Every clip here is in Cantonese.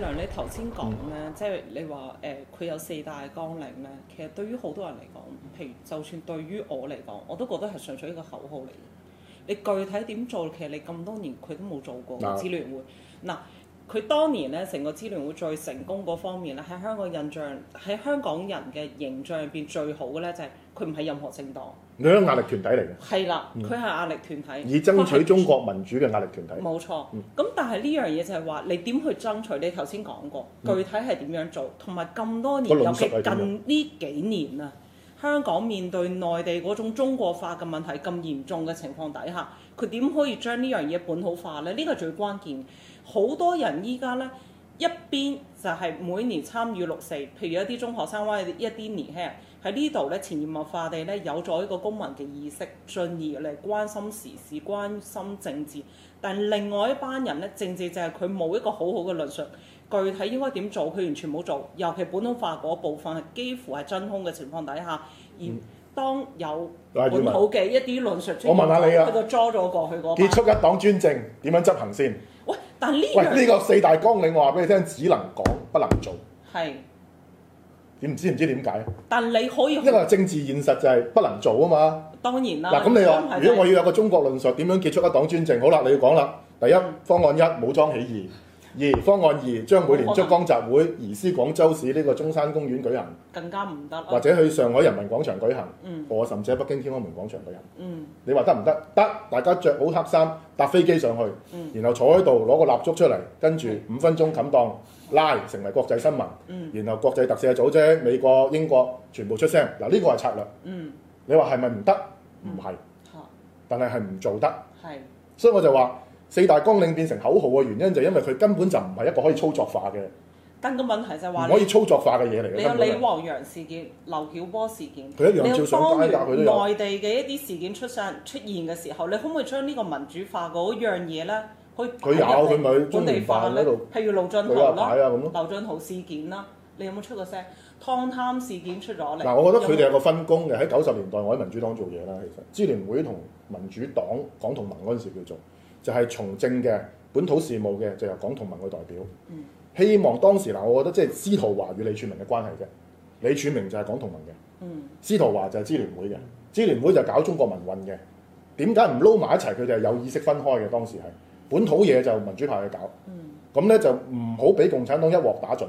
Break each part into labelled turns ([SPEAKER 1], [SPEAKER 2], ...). [SPEAKER 1] 良，你頭先講
[SPEAKER 2] 嗯
[SPEAKER 1] 咧，即係你話誒，佢、有四大綱領咧，其實對於好多人嚟講，譬如就算對於我嚟講，我都覺得係純粹一個口號嚟嘅。你具體點做，其實你咁多年佢都冇做過
[SPEAKER 2] 嗱
[SPEAKER 1] 支聯會。嗱，佢當年咧成個支聯會最成功嗰方面咧，喺香港印象喺香港人嘅形象入邊最好嘅咧，就係佢唔係任何政黨，
[SPEAKER 2] 你係壓力團體嚟嘅，
[SPEAKER 1] 係啦，佢係壓力團體，
[SPEAKER 2] 嗯以爭
[SPEAKER 1] 佢
[SPEAKER 2] 取
[SPEAKER 1] 係
[SPEAKER 2] 中國民主嘅壓力團體。嗯
[SPEAKER 1] 冇錯，咁但係呢樣嘢就係話你點去爭取？你頭先講過，具體係點樣做，同埋咁多年，
[SPEAKER 2] 嗯個
[SPEAKER 1] 尤
[SPEAKER 2] 論述
[SPEAKER 1] 其
[SPEAKER 2] 係點樣
[SPEAKER 1] 近呢幾年啊，香港面對內地嗰種中國化嘅問題咁嚴重嘅情況底下，佢點可以將呢樣嘢本土化呢？呢個最關鍵。好多人依家呢，一邊就係每年參與六四，譬如一啲中學生或者一啲年輕人喺呢度呢，潛移默化地呢，有咗一個公民嘅意識，進而嚟關心時事、關心政治。但另外一班人呢，正正就係佢冇一個好好嘅論述，具體應該點做，佢完全冇做。尤其本土化嗰部分，幾乎係真空嘅情況底下，而
[SPEAKER 2] 嗯
[SPEAKER 1] 當有本
[SPEAKER 2] 嗱葉文
[SPEAKER 1] 土嘅一啲論述出現，
[SPEAKER 2] 我問下你啊
[SPEAKER 1] 佢就抓咗過去嗰班
[SPEAKER 2] 結。束一黨專政點樣執行先？
[SPEAKER 1] 喂，但呢
[SPEAKER 2] 喂，
[SPEAKER 1] 樣
[SPEAKER 2] 呢個四大綱領我話俾你聽，只能講不能做。
[SPEAKER 1] 係，
[SPEAKER 2] 點知唔知點解？
[SPEAKER 1] 但你可以
[SPEAKER 2] 因為政治現實就係不能做啊嘛。
[SPEAKER 1] 當然啦。
[SPEAKER 2] 嗱，咁你
[SPEAKER 1] 係
[SPEAKER 2] 話如果我要有個中國論述，點樣結束一黨專政？好啦，你要講啦。第一方案一武裝起義，二方案二將每年燭光集會移師廣州市呢個中山公園舉行，
[SPEAKER 1] 更加唔得啦。
[SPEAKER 2] 或者去上海人民廣場舉行，
[SPEAKER 1] 啊嗯
[SPEAKER 2] 我甚至喺北京天安門廣場舉行。
[SPEAKER 1] 嗯
[SPEAKER 2] 你話得唔得？得，大家着好黑衫，搭飛機上去，
[SPEAKER 1] 嗯
[SPEAKER 2] 然後坐喺度攞個蠟燭出嚟，跟住五分鐘冚檔拉，成為國際新聞。
[SPEAKER 1] 嗯
[SPEAKER 2] 然後國際特赦組織、美國、英國全部出聲。嗱，呢個係策略。
[SPEAKER 1] 嗯
[SPEAKER 2] 你話係咪唔得？唔係，
[SPEAKER 1] 嚇
[SPEAKER 2] 但係係唔做得。
[SPEAKER 1] 係
[SPEAKER 2] 所以我就話四大綱領變成口號嘅原因，就因為佢根本就唔係一個可以操作化嘅，
[SPEAKER 1] 但個問題就係話
[SPEAKER 2] 唔可以操作化嘅嘢嚟
[SPEAKER 1] 你
[SPEAKER 2] 嘅。
[SPEAKER 1] 有
[SPEAKER 2] 根本
[SPEAKER 1] 李
[SPEAKER 2] 係
[SPEAKER 1] 旺陽事件、劉曉波事件，
[SPEAKER 2] 佢一樣
[SPEAKER 1] 你有
[SPEAKER 2] 照上街㗎
[SPEAKER 1] 當
[SPEAKER 2] 佢都
[SPEAKER 1] 年
[SPEAKER 2] 有
[SPEAKER 1] 內地嘅一啲事件出上出現嘅時候，你可唔可以將呢個民主化嗰樣嘢咧？佢
[SPEAKER 2] 佢有佢咪
[SPEAKER 1] 本
[SPEAKER 2] 中
[SPEAKER 1] 地
[SPEAKER 2] 聯
[SPEAKER 1] 化
[SPEAKER 2] 辦
[SPEAKER 1] 咧
[SPEAKER 2] 嗰度，
[SPEAKER 1] 譬如盧俊
[SPEAKER 2] 舉下
[SPEAKER 1] 豪
[SPEAKER 2] 牌
[SPEAKER 1] 啦、
[SPEAKER 2] 啊咁咯。
[SPEAKER 1] 劉俊豪事件啦，你有冇出過聲？湯貪事件出咗嚟，
[SPEAKER 2] 嗱，我覺得佢哋
[SPEAKER 1] 有
[SPEAKER 2] 有個分工嘅。喺九十年代，我喺民主黨做嘢啦，其實支聯會同民主黨港同盟嗰陣時叫做，就係、從政嘅本土事務嘅就由港同盟去代表。
[SPEAKER 1] 嗯
[SPEAKER 2] 希望當時嗱，我覺得即係司徒華與李柱銘嘅關係啫。李柱銘就係港同盟嘅，
[SPEAKER 1] 冇嗯
[SPEAKER 2] 司徒華就係支聯會嘅，支聯會就搞中國民運嘅。點解唔撈埋一齊？佢就係有意識分開嘅。當時係本土嘢就民主派去搞。
[SPEAKER 1] 嗯
[SPEAKER 2] 咁咧就唔好俾共產黨一鑊打盡，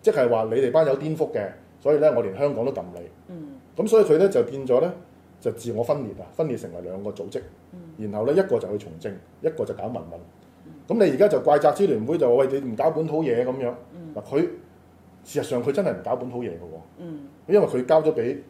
[SPEAKER 2] 即係話你哋班有顛覆嘅，所以咧我連香港都撳你。
[SPEAKER 1] 嗯
[SPEAKER 2] 咁所以佢咧就變咗咧就自我分裂啊，分裂成為兩個組織，
[SPEAKER 1] 嗯
[SPEAKER 2] 然後咧一個就去從政，一個就搞民運。咁你而家就怪責支聯會就話喂你唔搞本土嘢咁樣
[SPEAKER 1] 嗯
[SPEAKER 2] 嗱，佢事實上佢真係唔搞本土嘢嘅喎，
[SPEAKER 1] 嗯
[SPEAKER 2] 因為佢交咗俾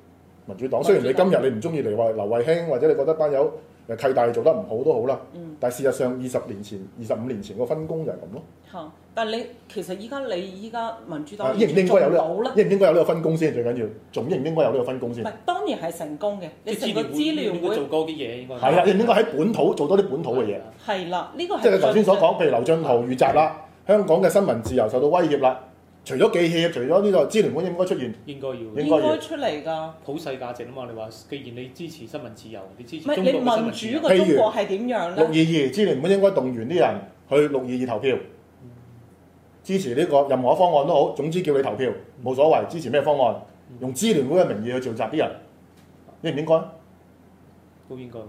[SPEAKER 2] 民主黨。雖然你今日你唔中意嚟話劉慧卿或者你覺得班友誒契弟做得唔好都好啦，
[SPEAKER 1] 嗯
[SPEAKER 2] 但係事實上二十年前、二十五年前個分工就係咁咯。
[SPEAKER 1] 嚇！但你其實依家你依家民主
[SPEAKER 2] 啊
[SPEAKER 1] 黨
[SPEAKER 2] 應唔應該
[SPEAKER 1] 做唔
[SPEAKER 2] 有呢
[SPEAKER 1] 到？咧？
[SPEAKER 2] 應唔應該有呢個分工先最緊要，仲應唔應該有呢個分工
[SPEAKER 1] 唔
[SPEAKER 2] 先？
[SPEAKER 1] 係當然係成功嘅，你成個
[SPEAKER 3] 即係
[SPEAKER 1] 資
[SPEAKER 3] 支
[SPEAKER 1] 料
[SPEAKER 3] 聯會應該
[SPEAKER 1] 會
[SPEAKER 3] 做多啲嘢應該
[SPEAKER 2] 係啊，應唔應該喺本土做多啲本土嘅嘢？
[SPEAKER 1] 係啦，呢個係
[SPEAKER 2] 即係你頭先所
[SPEAKER 1] 最
[SPEAKER 2] 講，譬如劉俊豪遇襲啦，香港嘅新聞自由受到威脅啦。除咗記協，除咗呢個支聯會應該出現，
[SPEAKER 3] 應該要
[SPEAKER 2] 應
[SPEAKER 1] 應
[SPEAKER 2] 該要
[SPEAKER 1] 該出嚟㗎。
[SPEAKER 3] 普世價值啊嘛！你話既然你支持新聞自由，你支
[SPEAKER 1] 唔
[SPEAKER 3] 持
[SPEAKER 1] 係
[SPEAKER 3] 中
[SPEAKER 1] 你
[SPEAKER 3] 國嘅新聞自
[SPEAKER 1] 民
[SPEAKER 3] 由
[SPEAKER 1] 主，嘅中國係點樣
[SPEAKER 2] 六二
[SPEAKER 1] 咧？
[SPEAKER 2] 二支聯會應該動員啲人去六二二投票，支持呢個任何方案都好，總之叫你投票冇所謂，支持咩方案，
[SPEAKER 1] 嗯
[SPEAKER 2] 用支聯會嘅名義去召集啲人，應唔應該？
[SPEAKER 3] 都應該嘅。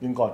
[SPEAKER 2] 應該，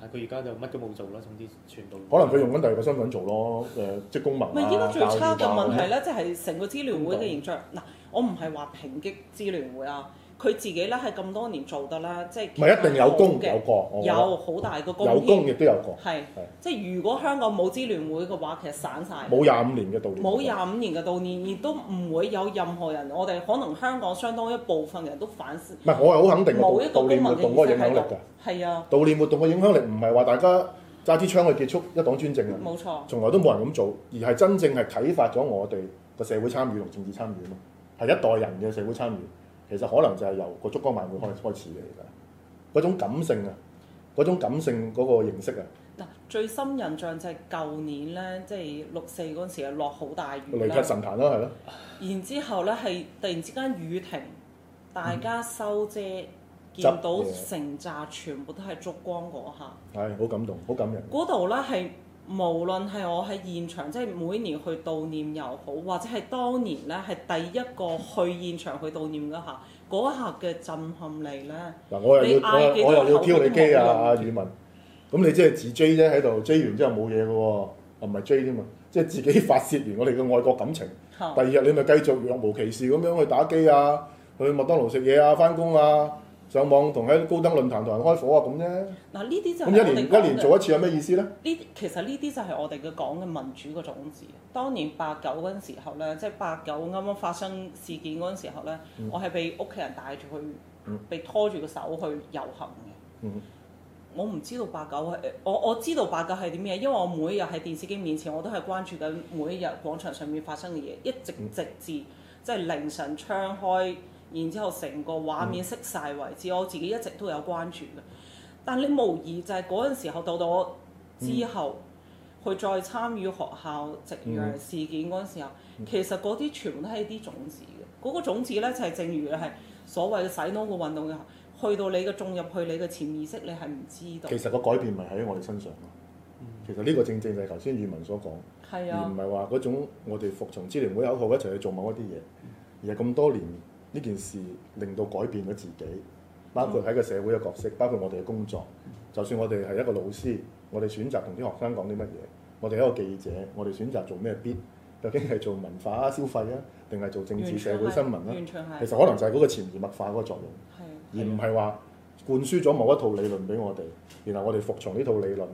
[SPEAKER 3] 但係佢而家就乜都冇做啦，總之全部
[SPEAKER 2] 可能佢用緊第二個身份做咯，誒、職工盟
[SPEAKER 1] 唔
[SPEAKER 2] 啊
[SPEAKER 1] 係依家最差嘅
[SPEAKER 2] 教育啊
[SPEAKER 1] 問題咧，就係成個支聯會嘅形象。嗱，我唔係話抨擊支聯會啊，佢自己咧係咁多年做得啦，即係
[SPEAKER 2] 唔係一定有功有
[SPEAKER 1] 嘅，
[SPEAKER 2] 過，我覺得
[SPEAKER 1] 有好大個貢
[SPEAKER 2] 有功
[SPEAKER 1] 獻。
[SPEAKER 2] 亦都有過，
[SPEAKER 1] 係，即係如果香港冇支聯會嘅話，其實散晒。
[SPEAKER 2] 冇廿五年嘅道理。
[SPEAKER 1] 冇廿五年嘅悼念，亦都唔會有任何人。我哋可能香港相當一部分人都反思，
[SPEAKER 2] 唔係，我係好肯定
[SPEAKER 1] 冇一
[SPEAKER 2] 嘅
[SPEAKER 1] 個
[SPEAKER 2] 悼
[SPEAKER 1] 公民
[SPEAKER 2] 念活
[SPEAKER 1] 嘅
[SPEAKER 2] 動嗰個
[SPEAKER 1] 意
[SPEAKER 2] 影
[SPEAKER 1] 識
[SPEAKER 2] 響
[SPEAKER 1] 喺
[SPEAKER 2] 力
[SPEAKER 1] 度
[SPEAKER 2] 㗎。。
[SPEAKER 1] 係啊，
[SPEAKER 2] 悼念活動嘅影響力唔係話大家揸支槍去結束一黨專政啊，
[SPEAKER 1] 冇錯。
[SPEAKER 2] 從來都冇人咁做，而係真正係啟發咗我哋個社會參與同政治參與啊嘛，係一代人嘅社會參與。其實可能就係由個燭光晚會開開始嘅，其實嗰種感性啊，嗰種感性嗰個認識啊，
[SPEAKER 1] 嗱，最深印象就係舊年咧，即係六四嗰陣時係落好大雨
[SPEAKER 2] 雷
[SPEAKER 1] 啦
[SPEAKER 2] 咳，神壇啦，係咯，
[SPEAKER 1] 然之後咧係突然之間雨停，大家收遮，見
[SPEAKER 2] 執
[SPEAKER 1] 到
[SPEAKER 2] 嘢
[SPEAKER 1] 成扎全部都係燭光嗰下，
[SPEAKER 2] 係好感動，好感人。
[SPEAKER 1] 嗰度咧係無論係我喺現場，即係每年去悼念又好，或者係當年咧係第一個去現場去悼念嗰下，嗰一下嘅震撼力咧，
[SPEAKER 2] 嗱，我又
[SPEAKER 1] 你
[SPEAKER 2] 要
[SPEAKER 1] 嗌
[SPEAKER 2] 我
[SPEAKER 1] 幾
[SPEAKER 2] 又
[SPEAKER 1] 多
[SPEAKER 2] 我又要
[SPEAKER 1] 口
[SPEAKER 2] 挑你
[SPEAKER 1] 都
[SPEAKER 2] 機啊，
[SPEAKER 1] 冇用
[SPEAKER 2] 阿宇文。咁你即係自 J 啫喺度，J 完之後冇嘢嘅喎，啊唔係 J 添啊，即係自己 發泄完我哋嘅愛國感情。
[SPEAKER 1] 嚇
[SPEAKER 2] 第二日你咪繼續若無其事咁樣去打機啊，去麥當勞食嘢啊，翻工啊，上網同喺高登論壇同人開火啊咁啫。
[SPEAKER 1] 嗱呢啲就係
[SPEAKER 2] 咁一
[SPEAKER 1] 我
[SPEAKER 2] 年
[SPEAKER 1] 哋
[SPEAKER 2] 一年
[SPEAKER 1] 講嘅
[SPEAKER 2] 做一次有咩意思咧？
[SPEAKER 1] 呢啲其實呢啲就係我哋嘅講嘅民主個種子。當年八九嗰陣時候咧，即係八九啱啱發生事件嗰陣時候咧，
[SPEAKER 2] 嗯
[SPEAKER 1] 我係被屋企人帶住去，
[SPEAKER 2] 嗯
[SPEAKER 1] 被拖住個手去遊行嘅。
[SPEAKER 2] 嗯
[SPEAKER 1] 我唔知道八九係呃我我知道八九係點嘢，因為我每日喺電視機面前我都係關注緊每一日廣場上面發生嘅嘢，一直
[SPEAKER 2] 嗯
[SPEAKER 1] 直至即係凌晨窗開，然之後成個畫
[SPEAKER 2] 嗯
[SPEAKER 1] 面熄晒為止，我自己一直都有關注嘅。但你無疑就係嗰陣時候到到我之後，去再參與學校夕陽
[SPEAKER 2] 嗯
[SPEAKER 1] 事件嗰陣時候，其實嗰啲全部都係啲種子嘅。嗰、個種子咧就係、正如係所謂嘅洗腦嘅運動嘅，去到你嘅種入去你嘅潛意識，你係唔知道
[SPEAKER 2] 其。實個改變咪喺我哋身上咯。
[SPEAKER 1] 嗯
[SPEAKER 2] 其實呢個正正就係頭先宇文所講，
[SPEAKER 1] 係
[SPEAKER 2] 而
[SPEAKER 1] 啊
[SPEAKER 2] 唔，係話嗰種我哋服從支聯會口號一齊去做某一啲嘢，而係咁多年呢件事令到改變咗自己，包
[SPEAKER 1] 嗯
[SPEAKER 2] 括喺個社會嘅角色，包括我哋嘅工作。就算我哋係一個老師，我哋選擇同啲學生講啲乜嘢，我哋係一個記者，我哋選擇做咩 bit，究竟係做文化啊、消費啊，定係做政治社會新聞啦、
[SPEAKER 1] 完全係，
[SPEAKER 2] 其實可能就係嗰個潛移默化嗰個作用。
[SPEAKER 1] 係啊
[SPEAKER 2] 而唔係話灌輸咗某一套理論俾我哋，然後我哋服從呢套理論，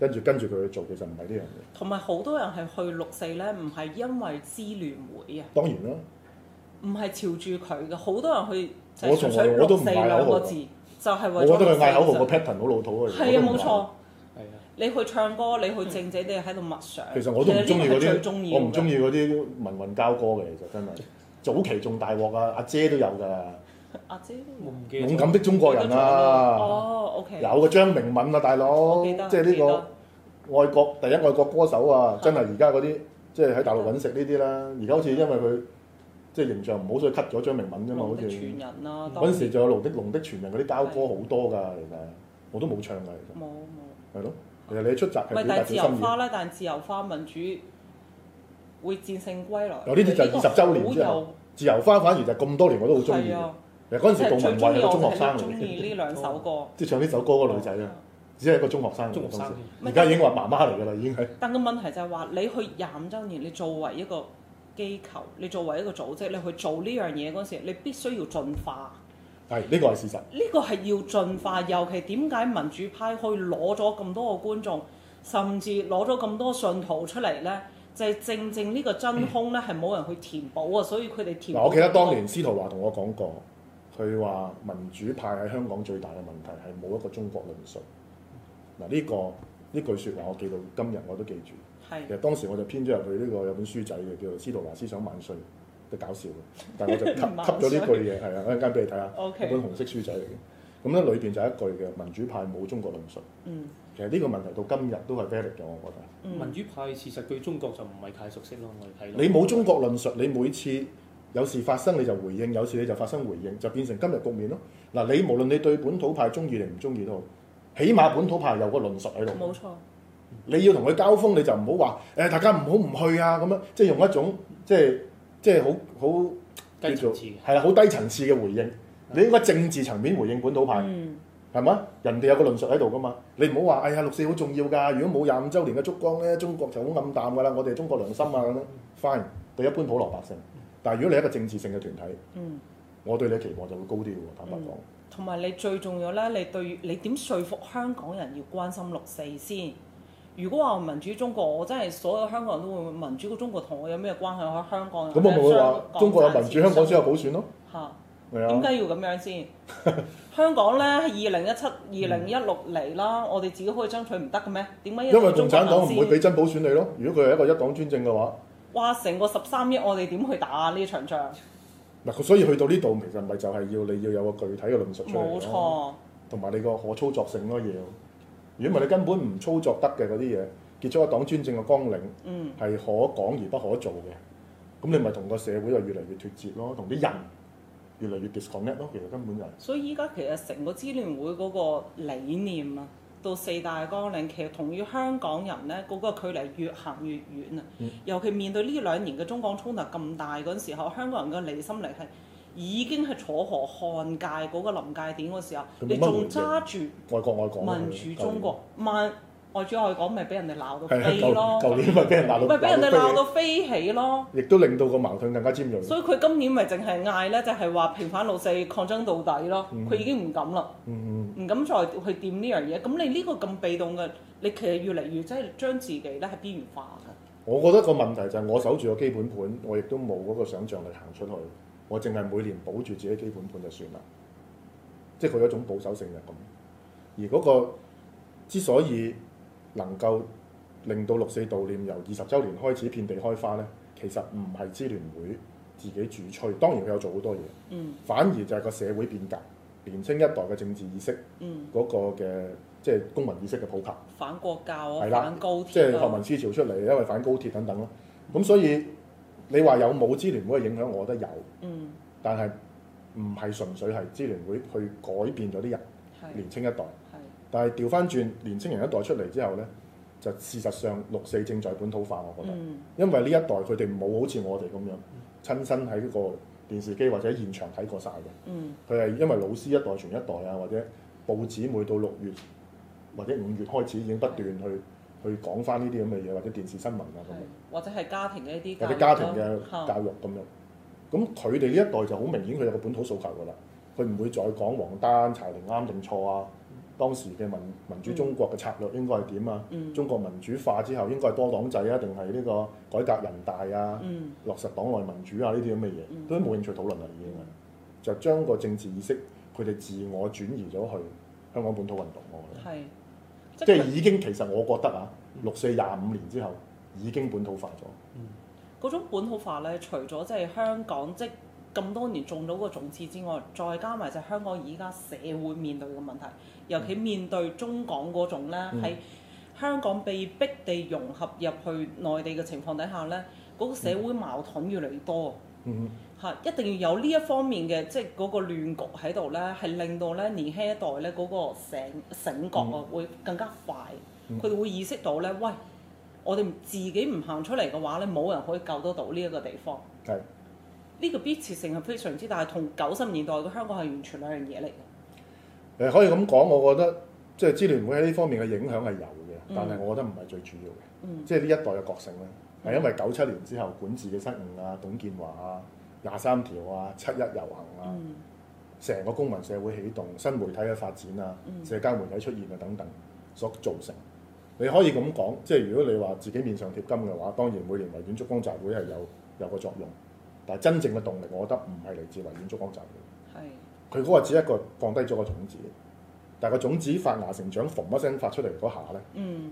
[SPEAKER 2] 跟住跟住佢去做，其實唔係呢樣嘢。
[SPEAKER 1] 同埋好多人係去六四咧，唔係因為支聯會啊，
[SPEAKER 2] 當然啦，
[SPEAKER 1] 唔係朝住佢嘅，好多人去就
[SPEAKER 2] 我
[SPEAKER 1] 係純粹
[SPEAKER 2] 從來我
[SPEAKER 1] 六
[SPEAKER 2] 都唔
[SPEAKER 1] 四
[SPEAKER 2] 嗌口號啊
[SPEAKER 1] 兩個字，就係為
[SPEAKER 2] 我
[SPEAKER 1] 咗
[SPEAKER 2] 覺得佢嗌口
[SPEAKER 1] 六四
[SPEAKER 2] 號個
[SPEAKER 1] 就
[SPEAKER 2] pattern 好老土
[SPEAKER 1] 係
[SPEAKER 2] 啊。
[SPEAKER 1] 啊，
[SPEAKER 2] 我都唔
[SPEAKER 1] 冇
[SPEAKER 2] 嗌
[SPEAKER 1] 錯。
[SPEAKER 3] 係啊，
[SPEAKER 1] 你去唱歌，你去靜靜地喺度默想。
[SPEAKER 2] 其實我都唔中意
[SPEAKER 1] 其實呢個
[SPEAKER 2] 嗰
[SPEAKER 1] 係最中
[SPEAKER 2] 啲，
[SPEAKER 1] 意
[SPEAKER 2] 我唔中
[SPEAKER 1] 意。
[SPEAKER 2] 意嗰啲民運交歌嘅，其實真係。早期仲大鑊啊，阿姐都有㗎，
[SPEAKER 1] 阿姐都
[SPEAKER 3] 我唔記得咗。
[SPEAKER 2] 勇敢的中國人啊，
[SPEAKER 1] 哦，OK。
[SPEAKER 2] 有嘅張明敏啊，大佬，
[SPEAKER 1] 我記得，
[SPEAKER 2] 即係呢個。外國第一外國歌手啊，真係而家嗰啲即係喺大陸揾食呢啲啦。而家好似因為佢即係形象唔好，所以 cut 咗張明敏
[SPEAKER 1] 記得
[SPEAKER 2] 啫嘛，好
[SPEAKER 1] 龍
[SPEAKER 2] 似
[SPEAKER 1] 的傳人啊啦，
[SPEAKER 2] 嗰陣時
[SPEAKER 1] 時
[SPEAKER 2] 仲有龍的龍的傳人嗰啲交歌好多㗎，其實我都冇唱㗎，其
[SPEAKER 1] 冇冇，
[SPEAKER 2] 實係咯。其實你出集
[SPEAKER 1] 唔
[SPEAKER 2] 係
[SPEAKER 1] 係
[SPEAKER 2] 表達
[SPEAKER 1] 但係
[SPEAKER 2] 咗
[SPEAKER 1] 自由
[SPEAKER 2] 心意，
[SPEAKER 1] 花啦，但係自由花民主會戰勝歸來。
[SPEAKER 2] 有呢啲就係
[SPEAKER 1] 個
[SPEAKER 2] 20週年之後
[SPEAKER 1] 好有
[SPEAKER 2] 自由花反而就咁多年我都好中意
[SPEAKER 1] 係
[SPEAKER 2] 嘅。
[SPEAKER 1] 啊，
[SPEAKER 2] 其實嗰陣
[SPEAKER 1] 即
[SPEAKER 2] 時
[SPEAKER 1] 係
[SPEAKER 2] 杜
[SPEAKER 1] 最中意
[SPEAKER 2] 文慧係個
[SPEAKER 1] 我
[SPEAKER 2] 中學
[SPEAKER 1] 係
[SPEAKER 2] 生嚟
[SPEAKER 1] 中意
[SPEAKER 2] 嘅，
[SPEAKER 1] 呢兩首歌。
[SPEAKER 2] 即係唱呢首歌嗰個女仔啊，，只係一個中學生嚟
[SPEAKER 3] 中
[SPEAKER 2] 嘅
[SPEAKER 3] 學
[SPEAKER 2] 當
[SPEAKER 3] 生
[SPEAKER 2] 時。
[SPEAKER 1] 唔
[SPEAKER 2] 而
[SPEAKER 1] 係
[SPEAKER 2] 家已經話媽媽嚟㗎啦，已經係
[SPEAKER 1] 但個問題就係話，你去廿五週年，你作為一個機構，你作為一個組織，你去做呢樣嘢嗰陣時，你必須要進化。
[SPEAKER 2] 係呢個係事實。
[SPEAKER 1] 呢個係要進化，尤其點解民主派去攞咗咁多個觀眾，甚至攞咗咁多信徒出嚟呢？就係、正正呢個真空呢，係冇人去填補啊，所以佢哋填
[SPEAKER 2] 嗱，
[SPEAKER 1] 補。
[SPEAKER 2] 我記得當年司徒華同我講過，佢話民主派喺香港最大嘅問題係冇一個中國論述。嗱，呢個呢句説話我記到今日我都記住。
[SPEAKER 1] 係
[SPEAKER 2] 其實當時我就編咗入去呢個有本書仔嘅，叫做《司徒華思想萬歲》，都搞笑嘅。但係我就 吸
[SPEAKER 1] 萬
[SPEAKER 2] 吸
[SPEAKER 1] 歲
[SPEAKER 2] 咗呢句嘢，係啊，一陣間俾你睇下，一
[SPEAKER 1] OK，
[SPEAKER 2] 本紅色書仔嚟嘅。咁咧裏邊就有一句嘅民主派冇中國論述。
[SPEAKER 1] 嗯
[SPEAKER 2] 其實呢個問題到今日都係 valid 嘅，我覺得。
[SPEAKER 1] 嗯
[SPEAKER 3] 民，主派事實對中國就唔係太熟悉咯，我哋睇到
[SPEAKER 2] 你冇中國論述，你每次有事發生你就回應，有事你就發生回應，就變成今日局面咯。嗱，你無論你對本土派中意定唔中意都好，起碼本土派有個論述喺度。
[SPEAKER 1] 冇錯，
[SPEAKER 2] 你要同佢交鋒，你就唔好話誒，大家唔好唔去啊咁樣，即係用一種即係即係好好
[SPEAKER 3] 低
[SPEAKER 2] 叫
[SPEAKER 3] 層
[SPEAKER 2] 做
[SPEAKER 3] 次嘅
[SPEAKER 2] 係啦，好低層次嘅回應。你應該政治層面回應本土派。
[SPEAKER 1] 嗯，
[SPEAKER 2] 係嘛？人哋有個論述喺度噶嘛，你唔好話，哎呀六四好重要㗎，如果冇廿五週年嘅燭光咧，中國就好暗淡㗎啦，我哋中國良心啊咁樣。fine，對一般普羅百姓，但係如果你係一個政治性嘅團體，
[SPEAKER 1] 嗯，
[SPEAKER 2] 我對你期望就會高啲喎，坦白講。
[SPEAKER 1] 同埋你最重要呢，你對你點說服香港人要關心六四先？如果話民主中國，我真係所有香港人都會問民主嘅中國同我有咩關係？我喺香港有
[SPEAKER 2] 咁我咪會
[SPEAKER 1] 香
[SPEAKER 2] 話
[SPEAKER 1] 港
[SPEAKER 2] 中國有
[SPEAKER 1] 賺
[SPEAKER 2] 民主，
[SPEAKER 1] 錢
[SPEAKER 2] 香
[SPEAKER 1] 生
[SPEAKER 2] 港先有普選咯，
[SPEAKER 1] 嚇。
[SPEAKER 2] 係
[SPEAKER 1] 點
[SPEAKER 2] 啊。
[SPEAKER 1] 解要咁樣 先？香港咧，二零一七、二零一六嚟啦，我哋自己可以爭取唔得嘅咩？點解一定要
[SPEAKER 2] 因為共
[SPEAKER 1] 中
[SPEAKER 2] 產
[SPEAKER 1] 國
[SPEAKER 2] 黨
[SPEAKER 1] 黨
[SPEAKER 2] 唔會俾真普選你咯，如果佢係一個一黨專政嘅話，
[SPEAKER 1] 哇！成個十三億，我哋點去打啊呢場仗？
[SPEAKER 2] 嗱，所以去到呢度其實咪就係要你要有個具體嘅論述出嚟
[SPEAKER 1] 冇
[SPEAKER 2] 咯，
[SPEAKER 1] 錯，
[SPEAKER 2] 同埋你個可操作性咯要。如果唔係你根本唔操作得嘅嗰啲嘢，結束一黨專政嘅綱領。
[SPEAKER 1] 嗯，
[SPEAKER 2] 係可講而不可做嘅，咁你咪同個社會就越嚟越脱節咯，同啲人越嚟越 disconnect 咯。其實根本就係、
[SPEAKER 1] 所以依家其實成個支聯會嗰個理念啊，到四大綱領，其實同於香港人呢嗰、個距離越行越遠啊！
[SPEAKER 2] 嗯
[SPEAKER 1] 尤其面對呢兩年嘅中港衝突咁大嗰陣時候，香港人嘅離心力係已經係楚河漢界嗰個臨界點嗰時候，
[SPEAKER 2] 佢冇乜
[SPEAKER 1] 你仲
[SPEAKER 2] 回應
[SPEAKER 1] 揸住
[SPEAKER 2] 愛國愛港啊
[SPEAKER 1] 民主中，國，萬愛主愛港咪俾人哋鬧到
[SPEAKER 2] 係啊，
[SPEAKER 1] 飛
[SPEAKER 2] 舊
[SPEAKER 1] 咯，
[SPEAKER 2] 舊年咪俾 人鬧到，
[SPEAKER 1] 咪俾人哋鬧
[SPEAKER 2] 到
[SPEAKER 1] 到飛起咯。
[SPEAKER 2] 飛起，亦都令到個矛盾更加尖鋭。
[SPEAKER 1] 所以佢今年咪淨係嗌呢，就係話平反六四抗爭到底咯。
[SPEAKER 2] 嗯
[SPEAKER 1] 佢已經唔敢啦。
[SPEAKER 2] 嗯嗯
[SPEAKER 1] 唔敢再去掂呢樣嘢。咁你呢個咁被動嘅，你其實越嚟越即係將自己咧係邊緣化嘅。
[SPEAKER 2] 我覺得個問題就係我守住個基本盤，我亦都冇嗰個想像力行出去，我淨係每年保住自己基本盤就算啦。即係佢有一種保守性嘅咁。而嗰個之所以能夠令到六四悼念由二十週年開始遍地開花呢，其實唔係支聯會自己主催，當然佢有做好多嘢，
[SPEAKER 1] 嗯
[SPEAKER 2] 反而就係個社會變革、年青一代嘅政治意識
[SPEAKER 1] 嗯，
[SPEAKER 2] 嗰個嘅即係公民意識嘅普及。
[SPEAKER 1] 反國教啊，
[SPEAKER 2] 係啦
[SPEAKER 1] 反高
[SPEAKER 2] 即係
[SPEAKER 1] 鐵
[SPEAKER 2] 學
[SPEAKER 1] 啊，
[SPEAKER 2] 民思潮出嚟，因為反高鐵等等咯。咁所以你話有冇支聯會嘅影響，我覺得有，
[SPEAKER 1] 嗯
[SPEAKER 2] 但係唔係純粹係支聯會去改變咗啲人
[SPEAKER 1] 係
[SPEAKER 2] 年青一代。
[SPEAKER 1] 係
[SPEAKER 2] 但係調翻轉年青人一代出嚟之後呢，就事實上六四正在本土化，我覺得，
[SPEAKER 1] 嗯
[SPEAKER 2] 因為呢一代佢哋冇好似我哋咁樣親身喺個電視機或者現場睇過晒嘅。
[SPEAKER 1] 嗯
[SPEAKER 2] 佢係因為老師一代傳一代啊，或者報紙每到六月或者五月開始已經不斷去去講翻呢啲咁嘅嘢，或者電視新聞啊
[SPEAKER 1] 係
[SPEAKER 2] 咁，
[SPEAKER 1] 或者係家嗯庭嘅一啲
[SPEAKER 2] 樣，或者
[SPEAKER 1] 教育
[SPEAKER 2] 家
[SPEAKER 1] 啦
[SPEAKER 2] 庭嘅
[SPEAKER 1] 嚇
[SPEAKER 2] 教育咁樣。咁佢哋呢一代就好明顯，佢有個本土訴求㗎啦。佢唔會再講黃單柴定啱定錯啊。當時嘅民民主中國嘅策略應該係點啊？
[SPEAKER 1] 嗯
[SPEAKER 2] 中國民主化之後應該係多黨制啊，定係呢個改革人大啊？
[SPEAKER 1] 嗯
[SPEAKER 2] 落實黨內民主啊呢啲咁嘅
[SPEAKER 1] 嗯
[SPEAKER 2] 嘢，都冇興趣討論啦已經係，就將個政治意識佢哋自我轉移咗去香港本土運動，我覺
[SPEAKER 1] 係
[SPEAKER 2] 得，即係已經其實我覺得啊，六四廿五年之後已經本土化咗，
[SPEAKER 1] 嗰種本土化咧，除咗即係香港即咁多年種到個種子之外，再加埋就係香港而家社會面對嘅問題，尤其面對中港嗰種咧
[SPEAKER 2] 嗯
[SPEAKER 1] 喺、香港被逼地融合入去內地嘅情況底下咧，嗰、個社會矛盾越嚟越多。
[SPEAKER 2] 嗯，
[SPEAKER 1] 嚇，一定要有呢一方面嘅，即係嗰個亂局喺度咧，係令到咧年輕一代咧嗰個醒醒覺啊，會更加快。
[SPEAKER 2] 嗯
[SPEAKER 1] 佢哋會意識到咧，喂，我哋自己唔行出嚟嘅話咧，冇人可以救得到呢一個地方。
[SPEAKER 2] 係
[SPEAKER 1] 呢個必切性係非常之大，同九十年代嘅香港係完全兩樣嘢嚟嘅。
[SPEAKER 2] 誒可以咁講，我覺得即係支聯會喺呢方面嘅影響係有嘅，
[SPEAKER 1] 嗯
[SPEAKER 2] 但係我覺得唔係最主要嘅，
[SPEAKER 1] 嗯
[SPEAKER 2] 即係呢一代嘅覺醒咧，係因為九七年之後管治嘅失誤啊，董建華啊，廿三條啊，七一遊行啊。
[SPEAKER 1] 嗯
[SPEAKER 2] 成個公民社會起動、新媒體嘅發展啊、
[SPEAKER 1] 嗯
[SPEAKER 2] 社交媒體出現啊等等所造成。你可以咁講，即係如果你話自己面上貼金嘅話，當然每年維園燭光集會係有有個作用，但係真正嘅動力，我覺得唔係嚟自維園燭光集會，
[SPEAKER 1] 係
[SPEAKER 2] 佢嗰個只係一個放低咗個種子，但係個種子發芽成長，嘣一聲發出嚟嗰下呢，
[SPEAKER 1] 嗯，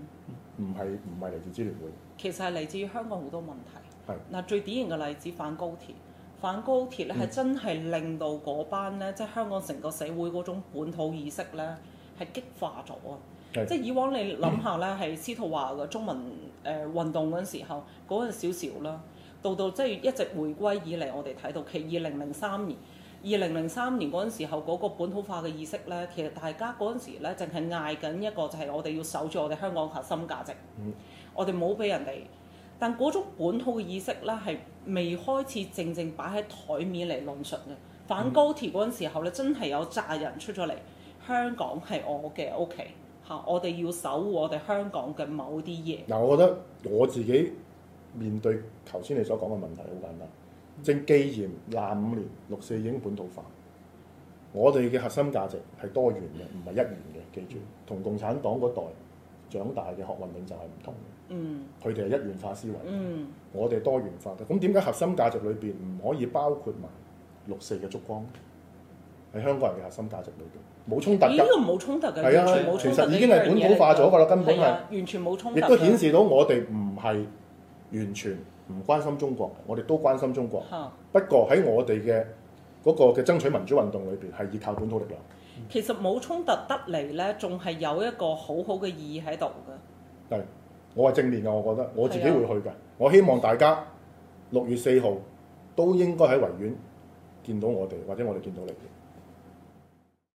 [SPEAKER 2] 唔係唔係嚟自支聯會。
[SPEAKER 1] 其實係嚟自於香港好多問題
[SPEAKER 2] 係。
[SPEAKER 1] 嗱，最典型嘅例子反高鐵，反高鐵咧係
[SPEAKER 2] 嗯
[SPEAKER 1] 真係令到嗰班咧，即係香港成個社會嗰種本土意識咧係激化咗啊！
[SPEAKER 2] 係
[SPEAKER 1] 即係以往你諗下咧，係司徒華嘅中文誒、呃、運動嗰陣時候，嗰陣少少啦，到到即係一直回歸以嚟，我哋睇到其二零零三年。二零零三年嗰陣時候，嗰、個本土化嘅意識咧，其實大家嗰陣時咧，淨係嗌緊一個就係我哋要守住我哋香港核心價值，
[SPEAKER 2] 嗯
[SPEAKER 1] 我哋冇俾人哋。但嗰種本土嘅意識咧，係未開始正正擺喺台面嚟論述嘅。反高鐵嗰陣時候咧，真係有炸人出咗嚟，香港係我嘅屋企嚇，我哋要守護我哋香港嘅某啲嘢。
[SPEAKER 2] 嗱，我覺得我自己面對頭先你所講嘅問題好簡單。正既然廿五年六四已經本土化，我哋嘅核心價值係多元嘅，唔係一元嘅。記住，同共產黨嗰代長大嘅學運領袖係唔同嘅，
[SPEAKER 1] 嗯
[SPEAKER 2] 佢哋係一元化思維，
[SPEAKER 1] 嗯
[SPEAKER 2] 我哋多元化嘅。咁點解核心價值裏邊唔可以包括埋六四嘅燭光？喺香港人嘅核心價值裏邊冇衝突
[SPEAKER 1] 咦呢
[SPEAKER 2] 㗎，
[SPEAKER 1] 個冇衝突嘅，
[SPEAKER 2] 係啊
[SPEAKER 1] 完全冇衝突
[SPEAKER 2] 其實
[SPEAKER 1] 嘅
[SPEAKER 2] 已經係本土化咗㗎啦根本係
[SPEAKER 1] 係啊完全冇衝突
[SPEAKER 2] 亦
[SPEAKER 1] 嘅。
[SPEAKER 2] 都顯示到我哋唔係完全唔關心中國嘅，我哋都關心中國。
[SPEAKER 1] 嚇。
[SPEAKER 2] 不過喺我哋嘅嗰個嘅爭取民主運動裏邊，係依靠本土力量。
[SPEAKER 1] 其實冇衝突得嚟咧，仲係有一個好好嘅意義喺度嘅。
[SPEAKER 2] 係，我係正面嘅，我覺得我自己會去嘅。我希望大家六月四號都應該喺維園見到我哋，或者我哋見到你。